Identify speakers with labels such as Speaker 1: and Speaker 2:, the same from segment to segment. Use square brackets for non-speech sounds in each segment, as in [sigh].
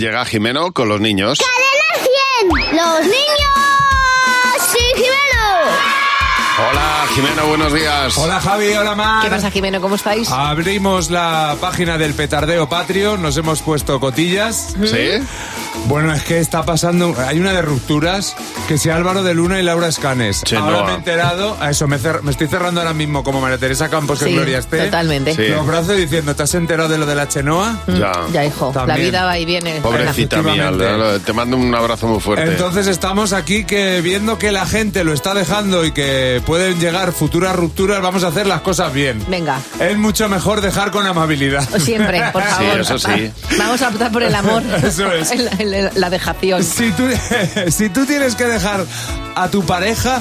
Speaker 1: Llega Jimeno con los niños.
Speaker 2: ¡Cadena 100! ¡Los niños! ¡Sí,
Speaker 1: Hola, Jimeno, buenos días.
Speaker 3: Hola Javi, hola Mar.
Speaker 4: ¿Qué pasa, Jimeno? ¿Cómo estáis?
Speaker 3: Ah, Abrimos la página del petardeo patrio, nos hemos puesto cotillas.
Speaker 1: ¿Sí?
Speaker 3: Bueno, es que está pasando, hay una de rupturas que si Álvaro de Luna y Laura Escanes.
Speaker 1: Chenoa.
Speaker 3: Ahora me he enterado, a eso me, cer- me estoy cerrando ahora mismo como María Teresa Campos que
Speaker 4: Sí,
Speaker 3: Gloria esté.
Speaker 4: totalmente.
Speaker 1: Sí.
Speaker 3: Los brazos diciendo, ¿te has enterado de lo de la Chenoa?
Speaker 1: Ya.
Speaker 4: Ya, hijo. La
Speaker 3: También.
Speaker 4: vida va y viene.
Speaker 1: Pobrecita mía,
Speaker 3: Mm. Efectivamente.
Speaker 1: le- le- te mando un abrazo muy fuerte.
Speaker 3: Entonces estamos aquí que viendo que la gente lo está dejando y que pueden llegar futuras rupturas, vamos a hacer las cosas bien.
Speaker 4: Venga.
Speaker 3: Es mucho mejor dejar con amabilidad.
Speaker 4: Siempre,
Speaker 3: [laughs]
Speaker 4: por
Speaker 1: Sí,
Speaker 4: favor.
Speaker 1: eso sí.
Speaker 4: Vamos a optar por el amor.
Speaker 3: Eso
Speaker 4: [laughs]
Speaker 3: es.
Speaker 4: La, la- la dejación.
Speaker 3: Si tú, [laughs] si tú tienes que dejar a tu pareja,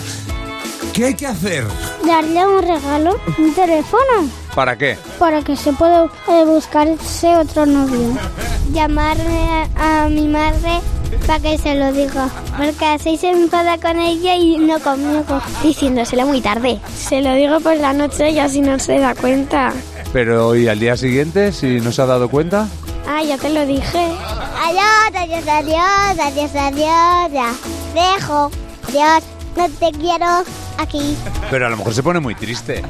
Speaker 3: ¿qué hay que hacer?
Speaker 2: Darle un regalo, un teléfono,
Speaker 3: ¿Para qué?
Speaker 2: para que se pueda eh, buscarse otro novio. Llamarme a, a mi madre para que se lo diga. Porque así se enfada con ella y no conmigo. Diciéndoselo muy tarde. Se lo digo por la noche y así no se da cuenta.
Speaker 3: Pero ¿y al día siguiente, si no se ha dado cuenta?
Speaker 2: Ah, ya te lo dije. Adiós, adiós, adiós, adiós, adiós. Ya. Dejo. Adiós. No te quiero aquí. [laughs]
Speaker 3: Pero a lo mejor se pone muy triste.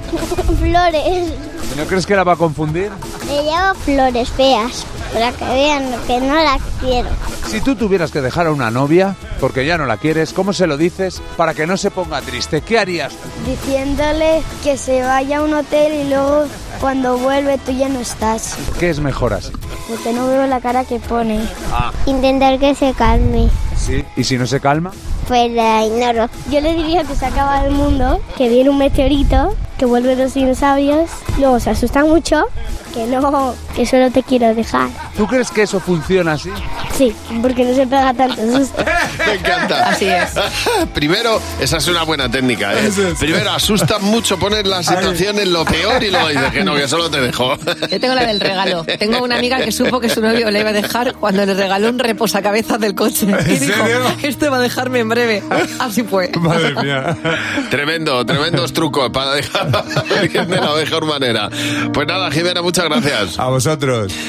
Speaker 2: Flores.
Speaker 3: ¿No crees que la va a confundir?
Speaker 2: Le llevo flores feas para que vean lo que no las quiero.
Speaker 3: Si tú tuvieras que dejar a una novia, porque ya no la quieres, ¿cómo se lo dices para que no se ponga triste? ¿Qué harías?
Speaker 2: Diciéndole que se vaya a un hotel y luego cuando vuelve tú ya no estás.
Speaker 3: ¿Qué es mejor así?
Speaker 2: Porque no veo la cara que pone.
Speaker 3: Ah.
Speaker 2: Intentar que se calme.
Speaker 3: Sí. ¿Y si no se calma?
Speaker 2: Pues la ignoro. Yo le diría que se acaba el mundo, que viene un meteorito, que vuelven los dinosaurios, luego se asustan mucho, que no, que solo te quiero dejar.
Speaker 3: ¿Tú crees que eso funciona así?
Speaker 2: Sí, porque no se pega tanto susto.
Speaker 1: Me
Speaker 3: [laughs]
Speaker 1: encanta.
Speaker 4: Así es.
Speaker 1: [laughs] Primero, esa es una buena técnica. ¿eh?
Speaker 3: Eso es.
Speaker 1: Primero, asusta mucho poner la situación en lo peor y luego dices que no, que solo te
Speaker 3: [laughs]
Speaker 1: dejó.
Speaker 4: Yo tengo la del regalo. Tengo una amiga que supo que su novio le iba a dejar cuando le regaló un reposacabezas del coche. Y
Speaker 3: ¿En
Speaker 4: dijo,
Speaker 3: serio?
Speaker 4: este va a dejarme en breve. Así fue.
Speaker 3: Madre mía.
Speaker 1: Tremendo, tremendos trucos para [laughs] dejar a alguien de la mejor manera. Pues nada, Jimena, muchas gracias.
Speaker 3: A vosotros.